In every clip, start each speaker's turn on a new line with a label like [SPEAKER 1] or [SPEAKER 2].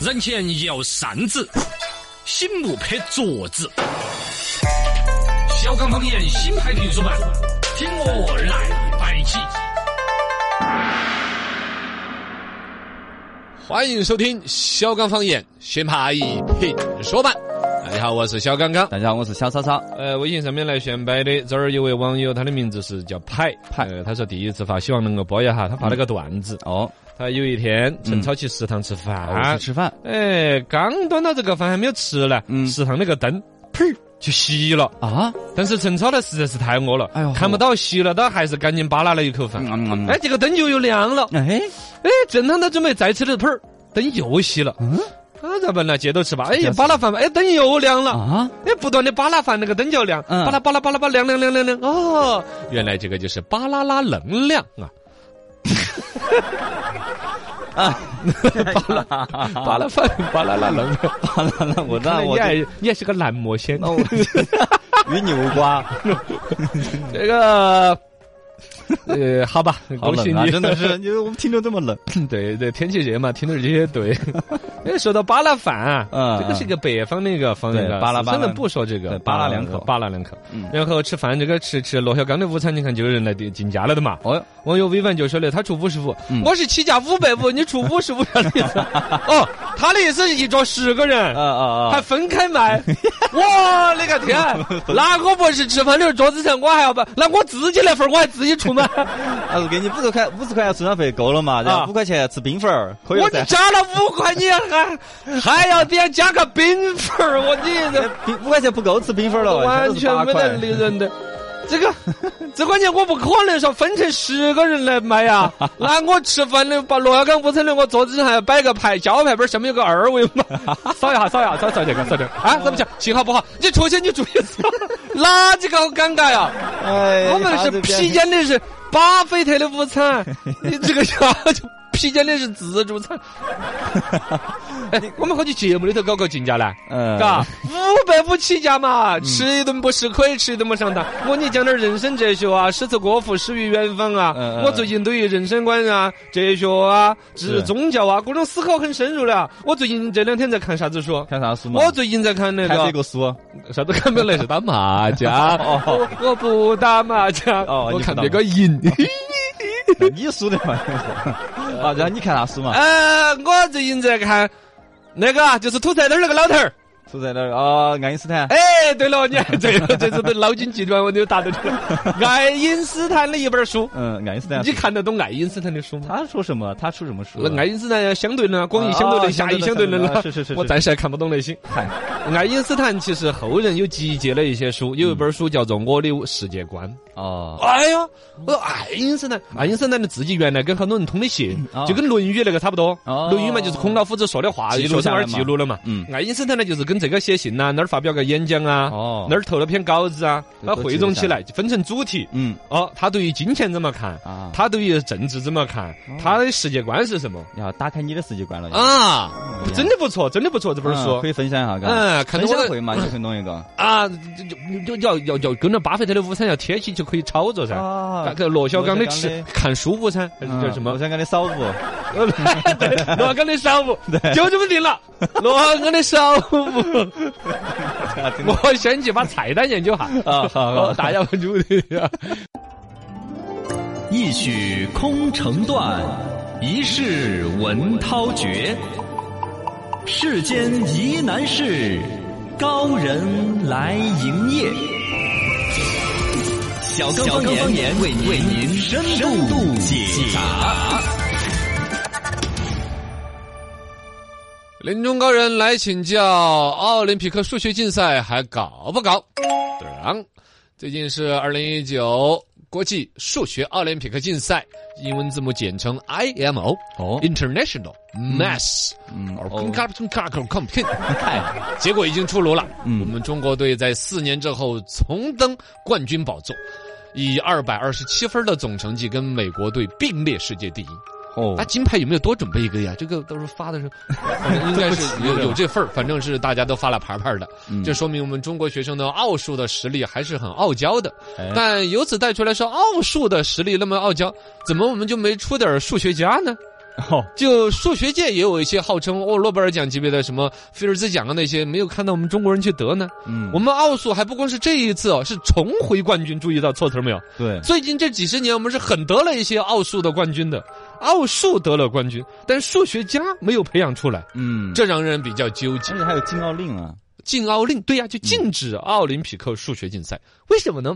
[SPEAKER 1] 人前摇扇子，醒目拍桌子。小刚方言新派评书版，听我来摆起。
[SPEAKER 2] 欢迎收听小刚方言先排评说版。大家好，我是小刚刚。
[SPEAKER 3] 大家好，我是小超超。
[SPEAKER 2] 呃，微信上面来选摆的，这儿有位网友，他的名字是叫派派、呃他说第一次发，希望能够播一下。他发了个段子，
[SPEAKER 3] 哦，
[SPEAKER 2] 他有一天陈超去食堂吃
[SPEAKER 3] 我
[SPEAKER 2] 饭
[SPEAKER 3] 去，吃饭。
[SPEAKER 2] 哎，刚端到这个饭还没有吃呢，
[SPEAKER 3] 嗯
[SPEAKER 2] 食堂那个灯，噗就熄了。
[SPEAKER 3] 啊，
[SPEAKER 2] 但是陈超呢实在是太饿了，
[SPEAKER 3] 哎呦
[SPEAKER 2] 看不到熄了，他还是赶紧扒拉了一口饭。
[SPEAKER 3] 嗯
[SPEAKER 2] 哎，这个灯就又亮了。
[SPEAKER 3] 哎，
[SPEAKER 2] 哎，正当他准备再吃的，噗儿，灯又熄了。
[SPEAKER 3] 嗯
[SPEAKER 2] 啊，咋办呢？接着吃吧。哎，扒拉饭吧，哎，灯又亮了。
[SPEAKER 3] 啊，
[SPEAKER 2] 哎，不断的扒拉饭，那个灯就亮，
[SPEAKER 3] 嗯
[SPEAKER 2] 扒拉扒拉扒拉扒拉亮亮亮亮亮。哦，原来这个就是巴啦啦能量啊！啊，巴拉巴拉饭，巴 啦啦能量。
[SPEAKER 3] 完了完了，我那 我
[SPEAKER 2] 你也你也是个男魔仙。
[SPEAKER 3] 那我 与你无 关。
[SPEAKER 2] 这 个，呃，好吧，
[SPEAKER 3] 好
[SPEAKER 2] 恭喜
[SPEAKER 3] 冷啊，
[SPEAKER 2] 你，
[SPEAKER 3] 真的是，你我们听着这么冷。
[SPEAKER 2] 对对，天气热嘛，听着这些 对。哎，说到巴拉饭啊，
[SPEAKER 3] 嗯
[SPEAKER 2] 这个是一个北方那个方言
[SPEAKER 3] 对
[SPEAKER 2] 啊，
[SPEAKER 3] 巴拉巴拉
[SPEAKER 2] 真的不说这个啊
[SPEAKER 3] 对，巴拉两口
[SPEAKER 2] 巴拉两口
[SPEAKER 3] 嗯。
[SPEAKER 2] 然后吃饭这个吃吃罗小刚的午餐，你看就有人来进价了的嘛。
[SPEAKER 3] 哦，
[SPEAKER 2] 网友微凡就说了，他出五十五
[SPEAKER 3] 嗯，
[SPEAKER 2] 我是起价五百五，你出五十五啥的意思？ 哦，他的意思是一桌十个人
[SPEAKER 3] 啊。啊
[SPEAKER 2] 还
[SPEAKER 3] 啊，
[SPEAKER 2] 分开 卖，我勒个天！那我不是吃饭的时候桌子上我还要把，那我自己那份儿我还自己出吗？
[SPEAKER 3] 啊，我给你五十块，五十块吃饭费够了嘛？然
[SPEAKER 2] 啊
[SPEAKER 3] 后五块钱吃冰粉儿，可以
[SPEAKER 2] 我
[SPEAKER 3] 了
[SPEAKER 2] 就
[SPEAKER 3] 噻。
[SPEAKER 2] 加了五块，你还还要点加个冰粉儿，我你这
[SPEAKER 3] 冰五块钱不够吃冰粉儿了，
[SPEAKER 2] 完
[SPEAKER 3] 现在是八
[SPEAKER 2] 全没得利
[SPEAKER 3] 块。
[SPEAKER 2] 润的。这个，这关键我不可能说分成十个人来买呀、那我吃饭的把罗小刚午餐的我桌子上还要摆个牌，胶牌边儿上面有个二维码，扫一下，扫一下，扫扫这个，扫这个。啊，怎么讲？信号不好，你出去你注意扫，哪几个好尴尬呀、
[SPEAKER 3] 哎，
[SPEAKER 2] 我们是披肩的是巴菲特的午 餐，你这个家伙就披肩的是自助餐。 哎，我们可以节目里头搞个竞价来，
[SPEAKER 3] 嗯
[SPEAKER 2] 嘎，五百五起价嘛，吃一顿不吃亏，吃一顿不上当。我跟你讲点人生哲学啊，诗词歌赋、诗与远方啊
[SPEAKER 3] 嗯，嗯
[SPEAKER 2] 我最近对于人生观啊、哲学啊、
[SPEAKER 3] 是
[SPEAKER 2] 治宗教啊各种思考很深入了。我最近这两天在看啥子书？
[SPEAKER 3] 看啥书嘛？
[SPEAKER 2] 我最近在看那
[SPEAKER 3] 看这
[SPEAKER 2] 个
[SPEAKER 3] 个书。
[SPEAKER 2] 啥都看不来，是打 麻将。我哦我不打麻将，
[SPEAKER 3] 哦
[SPEAKER 2] 我
[SPEAKER 3] 你不
[SPEAKER 2] 看
[SPEAKER 3] 打
[SPEAKER 2] 别个赢。
[SPEAKER 3] 那你输的嘛？ 啊，然后你看啥书嘛？
[SPEAKER 2] 呃，我最近在看那个啊，就是土菜头那个老头儿。
[SPEAKER 3] 出在那儿哦，爱因斯坦。
[SPEAKER 2] 哎，对了，你还对了，这次的脑筋急转弯就答对了。爱因斯坦的一本书，
[SPEAKER 3] 嗯，爱因斯坦。
[SPEAKER 2] 你看得懂爱因斯坦的书吗？
[SPEAKER 3] 他说什么？他出什么书啊了？
[SPEAKER 2] 那爱因斯坦相对论啊，广义相对论、
[SPEAKER 3] 啊
[SPEAKER 2] 狭义相对论
[SPEAKER 3] 啊
[SPEAKER 2] 了，
[SPEAKER 3] 是是是是
[SPEAKER 2] 我暂时还看不懂那些。
[SPEAKER 3] 看
[SPEAKER 2] 爱因斯坦其实后人有集结了一些书，有一本书叫做《我的世界观》。
[SPEAKER 3] 哦，
[SPEAKER 2] 哎呀，我爱因斯坦，爱因斯坦的自己原来跟很多人通的信，
[SPEAKER 3] 哦
[SPEAKER 2] 就跟《论语》那个差不多，
[SPEAKER 3] 哦
[SPEAKER 2] 论语》嘛就是孔老夫子说的话，
[SPEAKER 3] 记录
[SPEAKER 2] 说在
[SPEAKER 3] 下
[SPEAKER 2] 那
[SPEAKER 3] 来
[SPEAKER 2] 儿
[SPEAKER 3] 嘛
[SPEAKER 2] 记录了嘛。
[SPEAKER 3] 嗯，
[SPEAKER 2] 爱因斯坦呢，就是跟这个写信呐、那儿发表个演讲啊，
[SPEAKER 3] 哦
[SPEAKER 2] 那儿投了篇稿子啊，那
[SPEAKER 3] 都
[SPEAKER 2] 汇总起来就分成主题。
[SPEAKER 3] 嗯
[SPEAKER 2] 哦，他对于金钱怎么看？
[SPEAKER 3] 啊，
[SPEAKER 2] 他对于政治怎么看？他的世界观是什么？
[SPEAKER 3] 要打开你的世界观了。
[SPEAKER 2] 啊，
[SPEAKER 3] 嗯
[SPEAKER 2] 真的不错，真的不错，这本
[SPEAKER 3] 嗯
[SPEAKER 2] 书
[SPEAKER 3] 可。以分享一下，嘎。
[SPEAKER 2] 嗯，看
[SPEAKER 3] 分
[SPEAKER 2] 得
[SPEAKER 3] 享
[SPEAKER 2] 我
[SPEAKER 3] 会嘛，你可以弄一 个。
[SPEAKER 2] 啊，就就就要要要跟着巴菲特的午餐要贴起就可以炒作噻。
[SPEAKER 3] 啊
[SPEAKER 2] 那个罗小刚的
[SPEAKER 3] 罗小刚
[SPEAKER 2] 吃
[SPEAKER 3] 的
[SPEAKER 2] 看书午餐还是叫什
[SPEAKER 3] 嗯我
[SPEAKER 2] 么？
[SPEAKER 3] 想给你扫 啊舞，
[SPEAKER 2] 对，罗小刚的晌午，就这么定 了。罗小刚的晌午，我先去把菜单研究哦下。
[SPEAKER 3] 啊，好
[SPEAKER 2] 好，大家关注的。
[SPEAKER 4] 一曲空城断，一世文涛绝。世间疑难事，高人来营业。小刚方言为您为您深度解答。
[SPEAKER 2] 临终高人来请教，奥林匹克数学竞赛还搞不搞？当，最近是二零一九国际数学奥林匹克竞赛，英文字母简称 IMO。
[SPEAKER 3] 哦，
[SPEAKER 2] International Mass
[SPEAKER 3] 嗯
[SPEAKER 2] or
[SPEAKER 3] 哦
[SPEAKER 2] Concoction c o c o c o m p e t i 结果已经出炉了。
[SPEAKER 3] 嗯
[SPEAKER 2] 我们中国队在四年之后重登冠军宝座，以二百二十七分的总成绩跟美国队并列世界第一。那
[SPEAKER 3] 哦，
[SPEAKER 2] 啊金牌有没有多准备一个呀？这个到时候发的时候，反正应 该是有有这份儿，反正是大家都发了牌牌的。
[SPEAKER 3] 嗯
[SPEAKER 2] 这说明我们中国学生的奥数的实力还是很傲娇的。
[SPEAKER 3] 哎
[SPEAKER 2] 但由此带出来说，奥数的实力那么傲娇，怎么我们就没出点数学家呢？
[SPEAKER 3] 哦，
[SPEAKER 2] 就数学界也有一些号称哦诺贝尔奖级别的什么菲尔兹奖啊那些，没有看到我们中国人去得呢。
[SPEAKER 3] 嗯，
[SPEAKER 2] 我们奥数还不光是这一次哦，是重回冠军，注意到错词儿没有？
[SPEAKER 3] 对，
[SPEAKER 2] 最近这几十年，我们是很得了一些奥数的冠军的，奥数得了冠军，但数学家没有培养出来，
[SPEAKER 3] 嗯，
[SPEAKER 2] 这让人比较纠结
[SPEAKER 3] 而。且还有禁奥令啊，
[SPEAKER 2] 禁奥令，对呀、就禁止奥林匹克数学竞赛，为什么呢？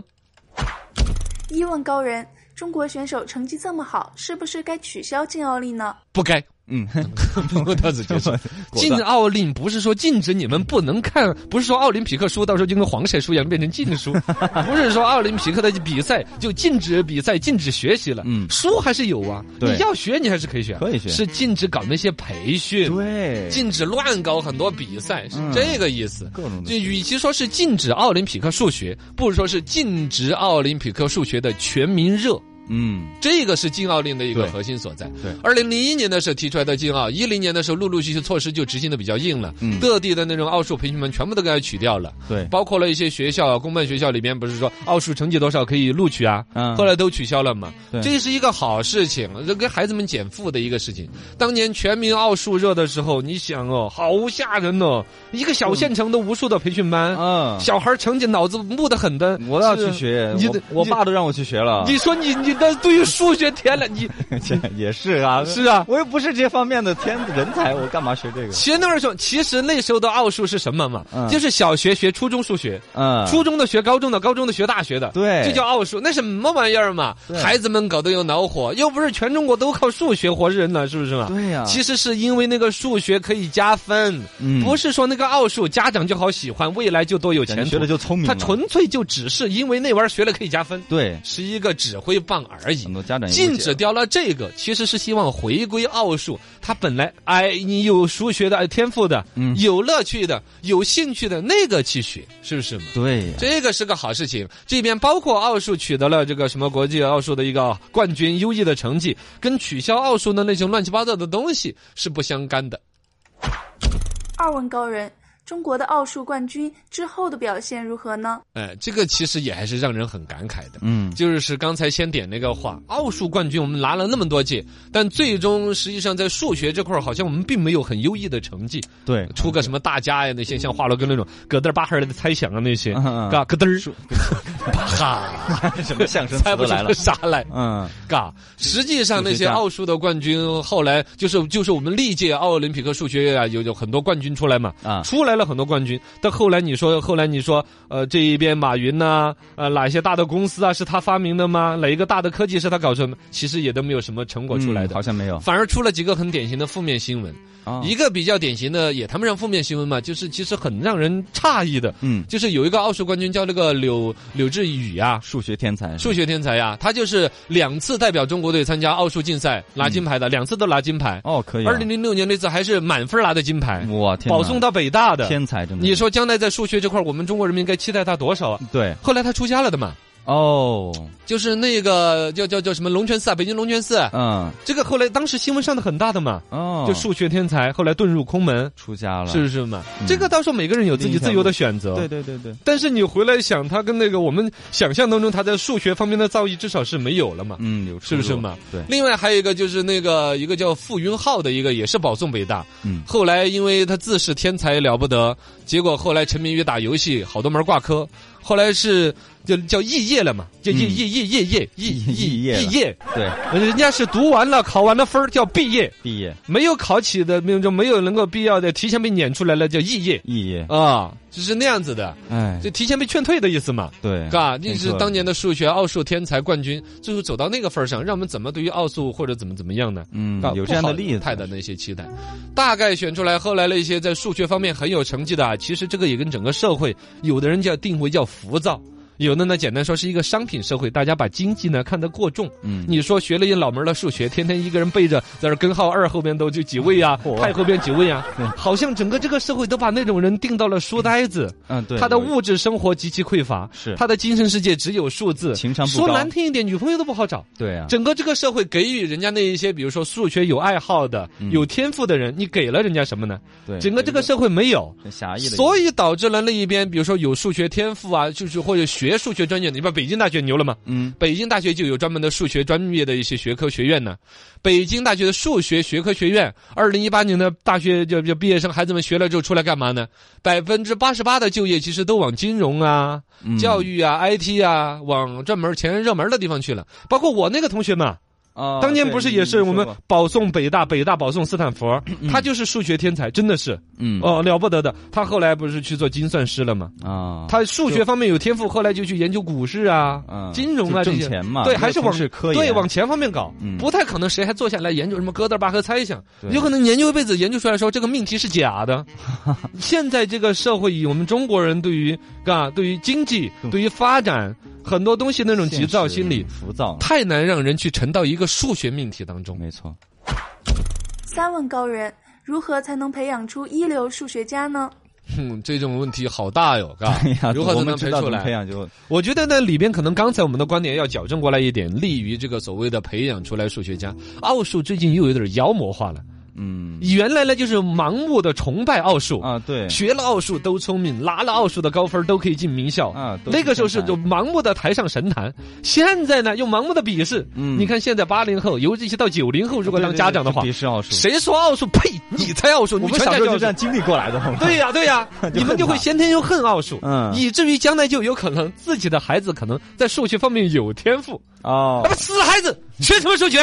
[SPEAKER 5] 一问高人，中国选手成绩这么好，是不是该取消禁奥令呢？
[SPEAKER 2] 不该，
[SPEAKER 3] 嗯，
[SPEAKER 2] 我到此结束。
[SPEAKER 3] 果
[SPEAKER 2] 禁
[SPEAKER 3] 断
[SPEAKER 2] 奥令不是说禁止你们不能看，不是说奥林匹克书到时候就跟黄色书一样变成禁书， 不是说奥林匹克的比赛就禁止比赛、禁止学习了。
[SPEAKER 3] 嗯
[SPEAKER 2] 书还是有啊，
[SPEAKER 3] 对
[SPEAKER 2] 你要学你还是可以学，
[SPEAKER 3] 可以学
[SPEAKER 2] 是禁止搞那些培训。
[SPEAKER 3] 对，
[SPEAKER 2] 禁止乱搞很多比赛，是
[SPEAKER 3] 嗯
[SPEAKER 2] 这个意思。
[SPEAKER 3] 各种的
[SPEAKER 2] 就与其说是禁止奥林匹克数学，不如说是禁止奥林匹克数学的全民热。
[SPEAKER 3] 嗯，
[SPEAKER 2] 这个是禁奥令的一个
[SPEAKER 3] 对
[SPEAKER 2] 核心所在。
[SPEAKER 3] 对
[SPEAKER 2] 二零零一年的时候提出来的禁奥，一零年的时候陆陆续续措施就执行的比较硬了，
[SPEAKER 3] 嗯
[SPEAKER 2] 各地的那种奥数培训班全部都给它取掉了。
[SPEAKER 3] 对，
[SPEAKER 2] 包括了一些学校啊，公办学校里面不是说奥数成绩多少可以录取啊，
[SPEAKER 3] 嗯
[SPEAKER 2] 后来都取消了嘛。
[SPEAKER 3] 对
[SPEAKER 2] 这是一个好事情，这给孩子们减负的一个事情。当年全民奥数热的时候，你想哦，好吓人哦，一个小县城都无数的培训班，
[SPEAKER 3] 嗯，
[SPEAKER 2] 小孩成绩脑子木得很的。
[SPEAKER 3] 我要
[SPEAKER 2] 是
[SPEAKER 3] 去学，
[SPEAKER 2] 你的
[SPEAKER 3] 我我
[SPEAKER 2] 你
[SPEAKER 3] 爸都让我去学了，
[SPEAKER 2] 你说你你的对于数学天了，你
[SPEAKER 3] 也是啊，
[SPEAKER 2] 是啊。
[SPEAKER 3] 我又不是这方面的天人才，我干嘛学这个？
[SPEAKER 2] 其实那时候，其实那时候的奥数是什么嘛？
[SPEAKER 3] 嗯
[SPEAKER 2] 就是小学学初中数学，
[SPEAKER 3] 嗯，
[SPEAKER 2] 初中的学高中的，高中的学大学的，
[SPEAKER 3] 对
[SPEAKER 2] 这叫奥数，那什么玩意儿嘛？
[SPEAKER 3] 对
[SPEAKER 2] 孩子们搞得有恼火，又不是全中国都靠数学活着人呢，是不是嘛？
[SPEAKER 3] 对呀
[SPEAKER 2] 其实是因为那个数学可以加分，
[SPEAKER 3] 嗯
[SPEAKER 2] 不是说那个奥数家长就好喜欢，未来就多有
[SPEAKER 3] 感
[SPEAKER 2] 前途，
[SPEAKER 3] 觉学了就聪明
[SPEAKER 2] 他
[SPEAKER 3] 了，
[SPEAKER 2] 纯粹就只是因为那玩意儿学了可以加分，
[SPEAKER 3] 对，
[SPEAKER 2] 是一个指挥棒而已
[SPEAKER 3] 很。多家长也不
[SPEAKER 2] 禁
[SPEAKER 3] 解
[SPEAKER 2] 止掉了这个，其实是希望回归奥数。他本来哎，你有数学的哎天赋的，
[SPEAKER 3] 嗯
[SPEAKER 2] 有乐趣的，有兴趣的那个去学，是不是嘛？
[SPEAKER 3] 对呀，
[SPEAKER 2] 这个是个好事情。这边包括奥数取得了这个什么国际奥数的一个冠军优异的成绩，跟取消奥数的那种乱七八糟的东西是不相干的。
[SPEAKER 5] 二问高人，中国的奥数冠军之后的表现如何呢？
[SPEAKER 2] 哎，这个其实也还是让人很感慨的。
[SPEAKER 3] 嗯，
[SPEAKER 2] 就是刚才先点那个话，奥数冠军我们拿了那么多届，但最终实际上在数学这块儿，好像我们并没有很优异的成绩，
[SPEAKER 3] 对，
[SPEAKER 2] 出个什么大家呀那些，像华罗庚那种咯噔儿巴哈儿的猜想啊那些，
[SPEAKER 3] 嗯嗯
[SPEAKER 2] 嘎咯噔儿， 巴哈，
[SPEAKER 3] 什么相声
[SPEAKER 2] 猜
[SPEAKER 3] 词
[SPEAKER 2] 不
[SPEAKER 3] 都
[SPEAKER 2] 出
[SPEAKER 3] 来了
[SPEAKER 2] 个，啥来。
[SPEAKER 3] 嗯，
[SPEAKER 2] 嘎，实际上那
[SPEAKER 3] 数学
[SPEAKER 2] 些
[SPEAKER 3] 家
[SPEAKER 2] 奥数的冠军，后来就是就是我们历届奥林匹克数学啊，有有很多冠军出来嘛，
[SPEAKER 3] 啊
[SPEAKER 2] 出来了很多冠军。但后来你说，后来你说，呃，这一边马云呐、呃，哪些大的公司啊是他发明的吗？哪一个大的科技是他搞成的？其实也都没有什么成果出来
[SPEAKER 3] 嗯
[SPEAKER 2] 的，
[SPEAKER 3] 好像没有，
[SPEAKER 2] 反而出了几个很典型的负面新闻。
[SPEAKER 3] 啊
[SPEAKER 2] 一个比较典型的，也谈不上负面新闻嘛，就是其实很让人诧异的，
[SPEAKER 3] 嗯，
[SPEAKER 2] 就是有一个奥数冠军叫那个柳柳智宇啊，
[SPEAKER 3] 数学天才，
[SPEAKER 2] 数学天才呀、他就是两次代表中国队参加奥数竞赛拿金牌的，两次都拿金牌。
[SPEAKER 3] 哦，可以啊，
[SPEAKER 2] 二零零六年那次还是满分拿的金牌，
[SPEAKER 3] 哇嗯天哪，
[SPEAKER 2] 保送到北大的。
[SPEAKER 3] 天才真的，
[SPEAKER 2] 你说将来在数学这块儿，我们中国人民该期待他多少啊？
[SPEAKER 3] 对
[SPEAKER 2] 后来他出家了的嘛，
[SPEAKER 3] 哦，
[SPEAKER 2] 就是那个叫叫叫什么龙泉寺啊，北京龙泉寺，
[SPEAKER 3] 嗯
[SPEAKER 2] 这个后来当时新闻上的很大的嘛，
[SPEAKER 3] 哦，
[SPEAKER 2] 就数学天才，后来遁入空门，
[SPEAKER 3] 出家了，
[SPEAKER 2] 是不是嘛？
[SPEAKER 3] 嗯
[SPEAKER 2] 这个到时候每个人有自己自由的选择。
[SPEAKER 3] 对对对对，
[SPEAKER 2] 但是你回来想，他跟那个我们想象当中他在数学方面的造诣至少是没有了嘛。
[SPEAKER 3] 嗯，有出
[SPEAKER 2] 是不是
[SPEAKER 3] 入
[SPEAKER 2] 嘛？
[SPEAKER 3] 对，
[SPEAKER 2] 另外还有一个就是那个一个叫傅云浩的一个也是保送北大，
[SPEAKER 3] 嗯
[SPEAKER 2] 后来因为他自恃天才了不得，结果后来沉迷于打游戏，好多门挂科，后来是就叫肄业了嘛，叫肄肄
[SPEAKER 3] 嗯
[SPEAKER 2] 肄肄肄
[SPEAKER 3] 肄业
[SPEAKER 2] 肄
[SPEAKER 3] 了
[SPEAKER 2] 肄业，
[SPEAKER 3] 对，
[SPEAKER 2] 人家是读完了考完了分儿叫毕业，
[SPEAKER 3] 毕业
[SPEAKER 2] 没有考起的那种没有能够必要的提前被撵出来了叫肄业
[SPEAKER 3] 肄业，
[SPEAKER 2] 啊，就是那样子的，
[SPEAKER 3] E，哎，
[SPEAKER 2] 就提前被劝退的意思嘛。
[SPEAKER 3] 对，
[SPEAKER 2] 嘎，
[SPEAKER 3] 嗯没
[SPEAKER 2] 你是
[SPEAKER 3] 错
[SPEAKER 2] 当年的数学奥数天才冠军，最后走到那个份儿上，让我们怎么对于奥数或者怎么怎么样呢？
[SPEAKER 3] 嗯
[SPEAKER 2] 啊
[SPEAKER 3] 有这样的
[SPEAKER 2] 不好
[SPEAKER 3] 例子
[SPEAKER 2] 太的那些期待，大概选出来，后来那些在数学方面很有成绩的，啊，其实这个也跟整个社会，有的人叫定位叫浮躁。有的呢，简单说是一个商品社会，大家把经济呢看得过重。
[SPEAKER 3] 嗯
[SPEAKER 2] 你说学了一老门儿的数学，天天一个人背着在那儿根号二后边都就几位啊，派后边几位啊，
[SPEAKER 3] 嗯
[SPEAKER 2] 好像整个这个社会都把那种人定到了书呆子。
[SPEAKER 3] 嗯对，
[SPEAKER 2] 他的
[SPEAKER 3] 有
[SPEAKER 2] 物质生活极其匮乏，
[SPEAKER 3] 是
[SPEAKER 2] 他的精神世界只有数字，
[SPEAKER 3] 情商不
[SPEAKER 2] 说
[SPEAKER 3] 高
[SPEAKER 2] 难听一点，女朋友都不好找。
[SPEAKER 3] 对啊，
[SPEAKER 2] 整个这个社会给予人家那一些，比如说数学有爱好的、
[SPEAKER 3] 嗯
[SPEAKER 2] 有天赋的人，你给了人家什么呢？
[SPEAKER 3] 对
[SPEAKER 2] 整个这个社会没有。
[SPEAKER 3] 很狭义的，
[SPEAKER 2] 所
[SPEAKER 3] 以
[SPEAKER 2] 以导致了那一边，比如说有数学天赋啊，就是或者学学数学专业的，你把北京大学牛了吗？
[SPEAKER 3] 嗯，
[SPEAKER 2] 北京大学就有专门的数学专业的一些学科学院呢。北京大学的数学学科学院，二零一八年的大学就就毕业生孩子们学了之后出来干嘛呢？百分之八十八的就业其实都往金融啊、
[SPEAKER 3] 嗯
[SPEAKER 2] 教育啊、IT 啊，往专门前热门的地方去了。包括我那个同学嘛，
[SPEAKER 3] 啊
[SPEAKER 2] 当年不是也是我们
[SPEAKER 3] 对你说过
[SPEAKER 2] 保送北大，北大保送斯坦福，他就是数学天才，真的是
[SPEAKER 3] 嗯
[SPEAKER 2] 哦了不得的。他后来不是去做精算师了吗？
[SPEAKER 3] 啊，
[SPEAKER 2] 他数学方面有天赋，后来就去研究股市啊、
[SPEAKER 3] 嗯
[SPEAKER 2] 金融啊
[SPEAKER 3] 就
[SPEAKER 2] 这
[SPEAKER 3] 挣
[SPEAKER 2] 些。
[SPEAKER 3] 钱嘛，
[SPEAKER 2] 对，还是往
[SPEAKER 3] 是科研
[SPEAKER 2] 对往前方面搞
[SPEAKER 3] 嗯，
[SPEAKER 2] 不太可能谁还坐下来研究什么哥德巴赫猜想，
[SPEAKER 3] 对
[SPEAKER 2] 有可能研究一辈子，研究出来说这个命题是假 的。现在这个社会，以我们中国人对于啊对于经济、对于发展很多东西那种急躁心理
[SPEAKER 3] 现，实浮嗯躁，
[SPEAKER 2] 太难让人去沉到一个数学命题当中。
[SPEAKER 3] 没错。
[SPEAKER 5] 三问高人，如何才能培养出一流数学家呢？
[SPEAKER 2] 哼，这种问题好大哟，嘎
[SPEAKER 3] 哎嗯呀，
[SPEAKER 2] 如何
[SPEAKER 3] 我
[SPEAKER 2] 才
[SPEAKER 3] 们
[SPEAKER 2] 能
[SPEAKER 3] 知
[SPEAKER 2] 培
[SPEAKER 3] 道
[SPEAKER 2] 出
[SPEAKER 3] 怎么培
[SPEAKER 2] 来？
[SPEAKER 3] 养就
[SPEAKER 2] 我觉得呢，里边可能刚才我们的观点要矫正过来一点，利于这个所谓的培养出来数学家。奥数最近又有点妖魔化了，
[SPEAKER 3] 嗯
[SPEAKER 2] 原来呢就是盲目的崇拜奥数。
[SPEAKER 3] 啊对
[SPEAKER 2] 学了奥数都聪明，拿了奥数的高分都可以进名校
[SPEAKER 3] 啊都是
[SPEAKER 2] 那个时候是
[SPEAKER 3] 天才
[SPEAKER 2] 就盲目的抬上神坛，现在呢又盲目的鄙视。
[SPEAKER 3] 嗯
[SPEAKER 2] 你看现在八零后，尤其是到九零后，如果当家长的话，
[SPEAKER 3] 对对对鄙视奥数，
[SPEAKER 2] 谁说奥数？呸！你才奥数，
[SPEAKER 3] 我
[SPEAKER 2] 你
[SPEAKER 3] 们
[SPEAKER 2] 全
[SPEAKER 3] 小
[SPEAKER 2] 家
[SPEAKER 3] 时候就
[SPEAKER 2] 奥
[SPEAKER 3] 这
[SPEAKER 2] 数
[SPEAKER 3] 样。经历过来的，好吗？
[SPEAKER 2] 对呀、对呀、你们就会
[SPEAKER 3] 他
[SPEAKER 2] 先天就恨奥数，
[SPEAKER 3] 嗯
[SPEAKER 2] 以至于将来就有可能自己的孩子可能在数学方面有天赋，
[SPEAKER 3] 哦
[SPEAKER 2] 那，么死孩子学什么数 学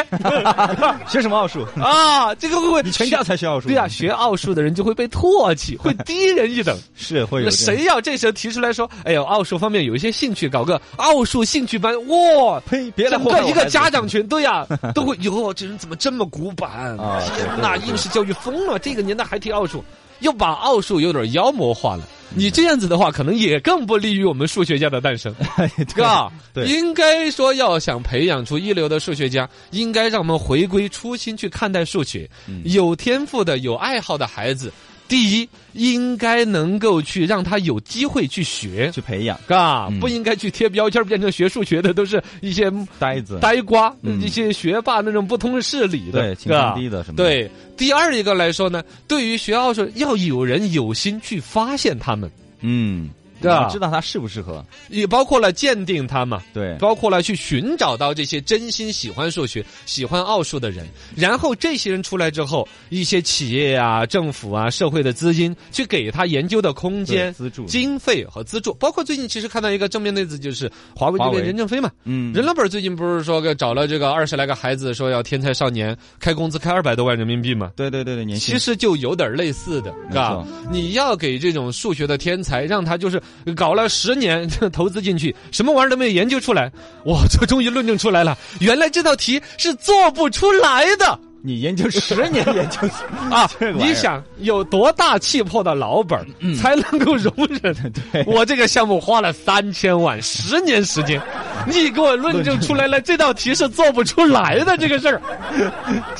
[SPEAKER 3] 学什么奥数？
[SPEAKER 2] 啊？这个会会
[SPEAKER 3] 你全家才学奥数？
[SPEAKER 2] 对呀、学奥数的人就会被唾弃， 会低人一等。
[SPEAKER 3] 是会有
[SPEAKER 2] 那
[SPEAKER 3] 这样
[SPEAKER 2] 谁要这时候提出来说，哎呦，奥数方面有一些兴趣，搞个奥数兴趣班，哇！
[SPEAKER 3] 呸，别来
[SPEAKER 2] 整
[SPEAKER 3] 祸害
[SPEAKER 2] 个
[SPEAKER 3] 我
[SPEAKER 2] 一个
[SPEAKER 3] 孩子
[SPEAKER 2] 家长群，对 呀、都会哟，这人怎么这么古板
[SPEAKER 3] 啊对对
[SPEAKER 2] 那
[SPEAKER 3] 对
[SPEAKER 2] 应试教育疯了，这个年代还提奥数，又把奥数有点妖魔化了。你这样子的话，可能也更不利于我们数学家的诞生，
[SPEAKER 3] 哎
[SPEAKER 2] 哥。
[SPEAKER 3] 对
[SPEAKER 2] 应该说，要想培养出一流的数学家，应该让我们回归初心去看待数学。
[SPEAKER 3] 嗯
[SPEAKER 2] 有天赋的、有爱好的孩子，第一应该能够去让他有机会去学，
[SPEAKER 3] 去培养
[SPEAKER 2] 嘎，
[SPEAKER 3] 嗯
[SPEAKER 2] 不应该去贴标签，变成学数学的都是一些
[SPEAKER 3] 呆子，
[SPEAKER 2] 呆瓜，
[SPEAKER 3] 嗯
[SPEAKER 2] 一些学霸那种不通事理的，
[SPEAKER 3] 对
[SPEAKER 2] 是
[SPEAKER 3] 情商
[SPEAKER 2] 吧？
[SPEAKER 3] 低的什么的
[SPEAKER 2] 对，第二一个来说呢，对于学奥数，要有人有心去发现他们，
[SPEAKER 3] 嗯，
[SPEAKER 2] 对啊
[SPEAKER 3] 你知道他适不适合？
[SPEAKER 2] 也包括了鉴定他们。
[SPEAKER 3] 对，
[SPEAKER 2] 包括了去寻找到这些真心喜欢数学、喜欢奥数的人，然后这些人出来之后，一些企业啊、政府啊、社会的资金去给他研究的空间
[SPEAKER 3] 对、资助
[SPEAKER 2] 经费和资助。包括最近其实看到一个正面例子，就是华为这
[SPEAKER 3] 华为
[SPEAKER 2] 边任正非嘛，
[SPEAKER 3] 嗯，
[SPEAKER 2] 任老板最近不是说个找了这个二十来个孩子，说要天才少年，开工资开二百多万人民币嘛？
[SPEAKER 3] 对对对对，年
[SPEAKER 2] 其
[SPEAKER 3] 轻
[SPEAKER 2] 实就有点类似的，是吧
[SPEAKER 3] 没？
[SPEAKER 2] 你要给这种数学的天才，让他就是搞了十年 投资进去，什么玩意儿都没有研究出来，哇，这终于论证出来了，原来这道题是做不出来的
[SPEAKER 3] 你研究十年研究
[SPEAKER 2] 啊
[SPEAKER 3] 这！个玩意儿嗯
[SPEAKER 2] 你想有多大气魄的老板儿才能够容忍？
[SPEAKER 3] 对
[SPEAKER 2] 我这个项目花了三千万，十年时 间。你给我论证出来了，这道题是做不出来的这个事儿，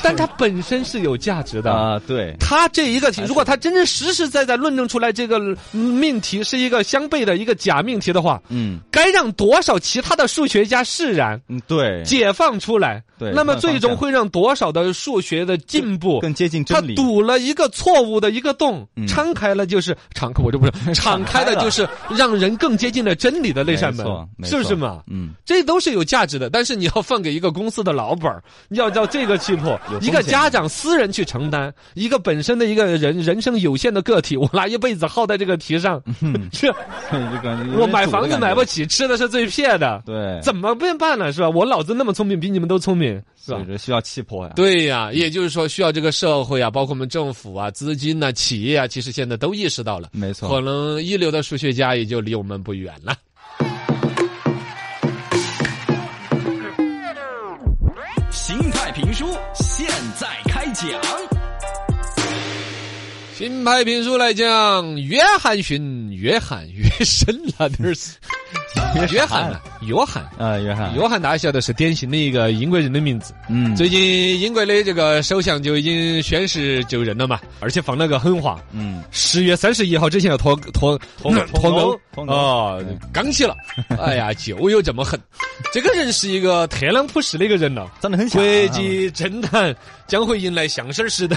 [SPEAKER 2] 但它本身是有价值的
[SPEAKER 3] 啊，对，
[SPEAKER 2] 他这一个题，如果他真正实实在在论证出来这个嗯命题是一个相悖的一个假命题的话，
[SPEAKER 3] 嗯
[SPEAKER 2] 该让多少其他的数学家释然。
[SPEAKER 3] 嗯，对，
[SPEAKER 2] 解放出来，
[SPEAKER 3] 对
[SPEAKER 2] 那么
[SPEAKER 3] 换方向
[SPEAKER 2] 最终会让多少的数学的进步？
[SPEAKER 3] 更接近
[SPEAKER 2] 他
[SPEAKER 3] 真理。
[SPEAKER 2] 堵了一个错误的一个洞，
[SPEAKER 3] 嗯
[SPEAKER 2] 敞开了就是敞开，我这不 是敞开了就是让人更接近了真理的那扇
[SPEAKER 3] 没
[SPEAKER 2] 门
[SPEAKER 3] 错，没
[SPEAKER 2] 是不是
[SPEAKER 3] 错
[SPEAKER 2] 嘛？
[SPEAKER 3] 嗯，
[SPEAKER 2] 这都是有价值的，但是你要放给一个公司的老板儿，要要这个气魄
[SPEAKER 3] 有，风
[SPEAKER 2] 一
[SPEAKER 3] 险
[SPEAKER 2] 个家长私人去承担，一个本身的一个人人生有限的个体，我拿一辈子耗在这个题上，
[SPEAKER 3] 嗯
[SPEAKER 2] 这
[SPEAKER 3] 这感觉有
[SPEAKER 2] 我
[SPEAKER 3] 点
[SPEAKER 2] 买
[SPEAKER 3] 堵的
[SPEAKER 2] 房子
[SPEAKER 3] 感觉
[SPEAKER 2] 买不起，吃的是最撇的，
[SPEAKER 3] 对，
[SPEAKER 2] 怎么变办呢？是吧？我老子那么聪明，比你们都聪明，是吧
[SPEAKER 3] 所以？这需要气魄呀。
[SPEAKER 2] 对呀、也就是说，需要这个社会啊，包括我们政府啊、资金呐、企业啊，其实现在都意识到了，
[SPEAKER 3] 嗯没错
[SPEAKER 2] 可能一流的数学家也就离我们不远了。
[SPEAKER 4] 形态评书现在开讲。
[SPEAKER 2] 新派评书来讲，约翰逊，约翰约深了点儿，约翰了，约翰。
[SPEAKER 3] 啊，约翰，
[SPEAKER 2] 约翰大家晓得是典型的一个英国人的名字。
[SPEAKER 3] 嗯，
[SPEAKER 2] 最近英国的这个首相就已经宣誓就任了嘛，而且放了个狠话，
[SPEAKER 3] 嗯，
[SPEAKER 2] 十月三十一号之前要脱脱嗯脱
[SPEAKER 3] 脱
[SPEAKER 2] 钩
[SPEAKER 3] 钩脱钩嗯
[SPEAKER 2] 哦
[SPEAKER 3] 对，
[SPEAKER 2] 刚起了，哎 呀，就有这么狠。这个人是一个特朗普式的一个人了。
[SPEAKER 3] 长得很像啊
[SPEAKER 2] 国际政坛将会迎来相声时 代，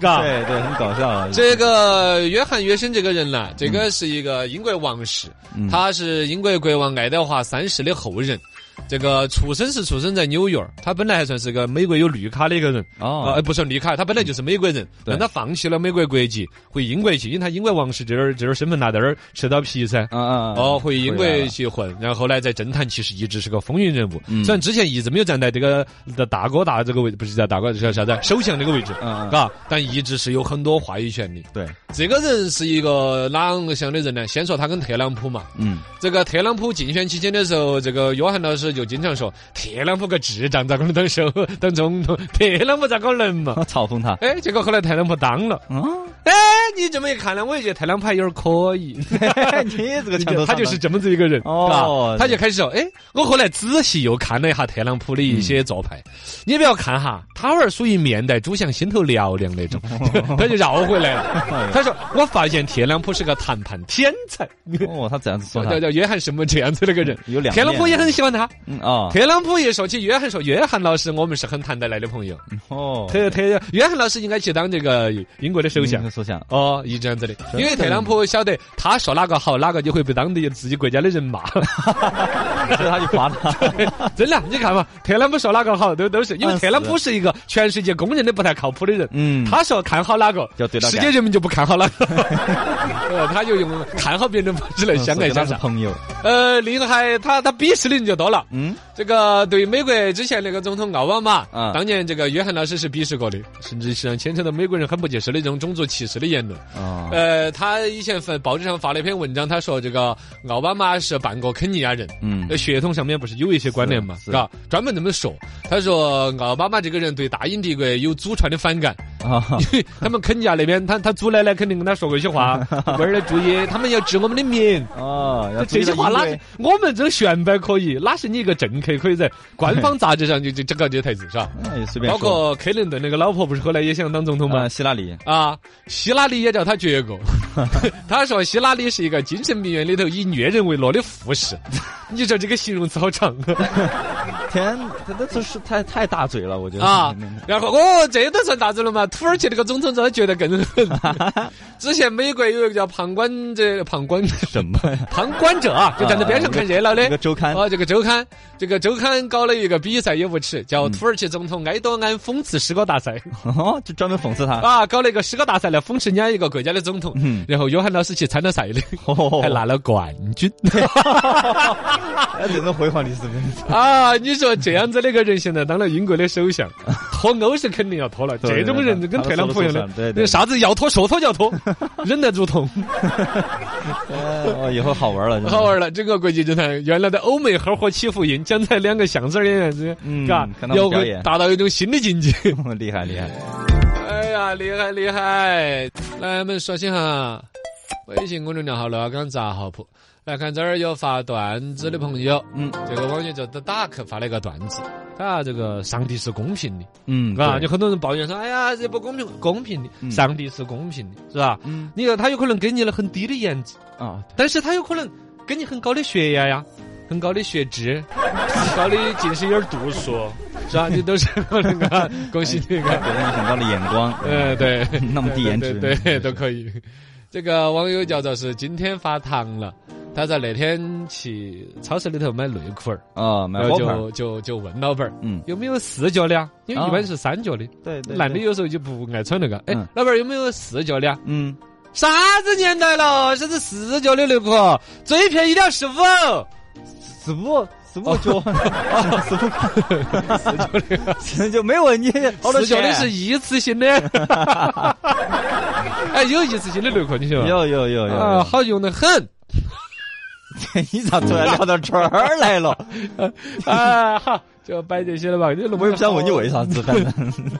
[SPEAKER 2] 嘎。
[SPEAKER 3] 对对，很搞笑啊。
[SPEAKER 2] 这个约翰·约森这个人呢、这个是一个英国王室，
[SPEAKER 3] 嗯
[SPEAKER 2] 他是英国国王爱德华三世的后人。这个出生是出生在纽约，他本来还算是个美国有绿卡的一个人，
[SPEAKER 3] 哦
[SPEAKER 2] 呃，不算绿卡，他本来就是美国人，
[SPEAKER 3] 对
[SPEAKER 2] 但他放弃了美国国籍，回英国去，因为他英国王室这儿这儿身份拿到这儿吃到皮噻。
[SPEAKER 3] 啊啊，
[SPEAKER 2] 哦，回英国
[SPEAKER 3] 回来了
[SPEAKER 2] 去混，然后后来在政坛其实一直是个风云人物，
[SPEAKER 3] 嗯
[SPEAKER 2] 虽然之前一直没有站在这个的大哥大这个位，不是叫大哥，叫啥子首相这个位置，
[SPEAKER 3] 嗯嗯
[SPEAKER 2] 嘎，但一直是有很多话语权的。
[SPEAKER 3] 对，
[SPEAKER 2] 这个人是一个哪个像的人呢？先说他跟特朗普嘛。
[SPEAKER 3] 嗯，
[SPEAKER 2] 这个特朗普竞选期间的时候，这个约翰老师就经常说：“特朗普个智障，咋可能当首当总统？特朗普咋可能嘛
[SPEAKER 3] 我嘲讽他？”。
[SPEAKER 2] 哎，结果后来特朗普当了。
[SPEAKER 3] 嗯，
[SPEAKER 2] 哎，你这么一看呢，我也觉得特朗普还有点可以。
[SPEAKER 3] 你这 个墙头
[SPEAKER 2] 他
[SPEAKER 3] 草
[SPEAKER 2] 就是
[SPEAKER 3] 呢
[SPEAKER 2] 这么子一个人，
[SPEAKER 3] 哦
[SPEAKER 2] 嘎他就开始说，哎，我后来仔细又看了一下特朗普的一些做派，
[SPEAKER 3] 嗯
[SPEAKER 2] 你不要看哈，他娃儿属于面带猪像心头嘹亮那 种，他就绕回来
[SPEAKER 3] 哎
[SPEAKER 2] 了。他说，我发现特朗普是个谈判天才，
[SPEAKER 3] 哦，他这样子说他
[SPEAKER 2] 叫，叫约翰什么这样子那个人，
[SPEAKER 3] 嗯有两
[SPEAKER 2] 特朗普
[SPEAKER 3] 面
[SPEAKER 2] 也很喜欢他。
[SPEAKER 3] 嗯哦
[SPEAKER 2] 特朗普一说起约翰说，约翰老师，我们是很谈得来的朋友。
[SPEAKER 3] 哦，
[SPEAKER 2] 特特，约翰老师应该去当这个英国的首相。
[SPEAKER 3] 首相，
[SPEAKER 2] 哦，一这样子的，因为特朗普晓得他说哪个好，哪个就会被当地自己国家的人骂。
[SPEAKER 3] 所以他就夸 他。
[SPEAKER 2] 真的，你看嘛，特朗普说哪个好，都都是因为特朗普是一个全世界公认的不太靠谱的人。
[SPEAKER 3] 啊嗯
[SPEAKER 2] 他说看好哪个
[SPEAKER 3] 就对，到
[SPEAKER 2] 世
[SPEAKER 3] 干
[SPEAKER 2] 界人民就不看好哪个， 呃，他就用看好别人的方式来相爱
[SPEAKER 3] 他
[SPEAKER 2] 相
[SPEAKER 3] 是
[SPEAKER 2] 杀。
[SPEAKER 3] 朋友，
[SPEAKER 2] 呃，另外他他鄙视的人就多了。
[SPEAKER 3] 嗯，
[SPEAKER 2] 这个对美国之前那个总统奥巴马，
[SPEAKER 3] 嗯
[SPEAKER 2] 当年这个约翰老师是鄙视过的，甚至是让牵扯到美国人很不接受的这种种族歧视的言论。
[SPEAKER 3] 哦，
[SPEAKER 2] 呃，他以前发报纸上发了一篇文章，他说这个奥巴马是半个肯尼亚人，
[SPEAKER 3] 嗯
[SPEAKER 2] 呃，血统上面不是有一些关联嘛，
[SPEAKER 3] 是
[SPEAKER 2] 吧？专门这么说，他说奥巴马这个人对大英帝国有祖传的反感，
[SPEAKER 3] 啊，
[SPEAKER 2] 因为他们肯尼亚那边，他他祖奶奶肯定跟他说过一些话，这儿的注意，他们要治我们的 民。
[SPEAKER 3] 哦，要
[SPEAKER 2] 这些话哪
[SPEAKER 3] 注意到
[SPEAKER 2] 是
[SPEAKER 3] 音
[SPEAKER 2] 我们这选摆可以，哪是你一个政客可以在官方杂志上就就就搞这些台词是 吧？
[SPEAKER 3] 乐哎，随便
[SPEAKER 2] 包
[SPEAKER 3] 说
[SPEAKER 2] 括克林顿那个老婆不是后来也想当总统吗
[SPEAKER 3] 啊，？希拉里，
[SPEAKER 2] 啊，希拉里也叫他绝 过。他说希拉里是一个精神病院里头以虐人为乐的护士。你说这个形容词好长啊
[SPEAKER 3] 天，他他这是太太大嘴了，我觉得
[SPEAKER 2] 啊！啊，然后哦，这都算啥子了嘛？土耳其那个总统让他觉得更狠。之前美国有一个叫旁观者，旁观
[SPEAKER 3] 什么呀？
[SPEAKER 2] 旁观者啊，就站在边上看热闹的。
[SPEAKER 3] 啊一个周刊，
[SPEAKER 2] 哦，这个周刊，这个周刊搞了一个比赛也无耻，
[SPEAKER 3] 嗯
[SPEAKER 2] 叫土耳其总统埃多安讽刺诗歌大赛。
[SPEAKER 3] 哦，就专门讽刺他，
[SPEAKER 2] 啊，搞了一个诗歌大赛来讽刺人家一个国家的总统，
[SPEAKER 3] 嗯
[SPEAKER 2] 然后约翰老师去参了赛的，
[SPEAKER 3] 哦
[SPEAKER 2] 还拿了冠 军。
[SPEAKER 3] 哎，这种辉煌历史真是，
[SPEAKER 2] 啊，你说这样子的一个人现在当了英国的首 相，脱欧是肯定要脱了。
[SPEAKER 3] 对
[SPEAKER 2] 这种人跟特朗普一样
[SPEAKER 3] 他们说了算对对
[SPEAKER 2] 的，啥子要脱说脱就要脱， 忍得住痛。
[SPEAKER 3] 哎哦，以后好玩了，真 的
[SPEAKER 2] 好，玩了，这个国际政坛原来的欧美合伙起福音，将在两个相声演员之间，
[SPEAKER 3] 嗯
[SPEAKER 2] 嘎
[SPEAKER 3] 看他，们
[SPEAKER 2] 要
[SPEAKER 3] 表
[SPEAKER 2] 会
[SPEAKER 3] 演
[SPEAKER 2] 达到一种新的境界。
[SPEAKER 3] 厉害厉害，
[SPEAKER 2] 哎呀，厉害厉害！来，我们刷新哈微信公众号“乐刚杂号铺”。来看这儿有发段子的朋友，
[SPEAKER 3] 嗯
[SPEAKER 2] 这个网友叫 The Dark 发了一个段子，他这个上帝是公平的，
[SPEAKER 3] 嗯，
[SPEAKER 2] 啊，
[SPEAKER 3] 对
[SPEAKER 2] 有很多人抱怨说，哎呀，这不公平，公平的，
[SPEAKER 3] 嗯
[SPEAKER 2] 上帝是公平的，是吧？
[SPEAKER 3] 嗯
[SPEAKER 2] 你看他有可能给你了很低的颜值，
[SPEAKER 3] 啊，
[SPEAKER 2] 但是他有可能给你很高的血压呀，很高的血 脂，很高的近视眼儿度数， 是吧？你都是 可能啊，恭喜你啊！
[SPEAKER 3] 给人很高的眼光，
[SPEAKER 2] 呃， 对，
[SPEAKER 3] 那么低颜值
[SPEAKER 2] 对对对都可以。 这个网友叫做是今天发糖了，他在那天去超市里头买内裤儿，
[SPEAKER 3] 啊，买
[SPEAKER 2] 然后
[SPEAKER 3] 包牌儿，
[SPEAKER 2] 就就就问老板儿，
[SPEAKER 3] 嗯
[SPEAKER 2] 有没有四角的啊？因为一般是三角的，
[SPEAKER 3] 对对，
[SPEAKER 2] 男的
[SPEAKER 3] 对，
[SPEAKER 2] 有时候就不爱穿那个。哎
[SPEAKER 3] 嗯，
[SPEAKER 2] 老板儿有没有四角的啊？
[SPEAKER 3] 嗯，
[SPEAKER 2] 啥子年代了，啥子四角的内裤，最便宜的十五。
[SPEAKER 3] 十五十五
[SPEAKER 2] 哦
[SPEAKER 3] 角，啊，十五， 十五就没有你好多
[SPEAKER 2] 四角的
[SPEAKER 3] 钱
[SPEAKER 2] 是一次性 的，哎，有一次性的内裤，你晓得吧？
[SPEAKER 3] 有有有有
[SPEAKER 2] 啊，
[SPEAKER 3] 有，
[SPEAKER 2] 好用的很。
[SPEAKER 3] 你咋突然聊到这儿来 了？
[SPEAKER 2] 啊，好，就摆这些了吧。
[SPEAKER 3] 我也不想问你为啥子，反正。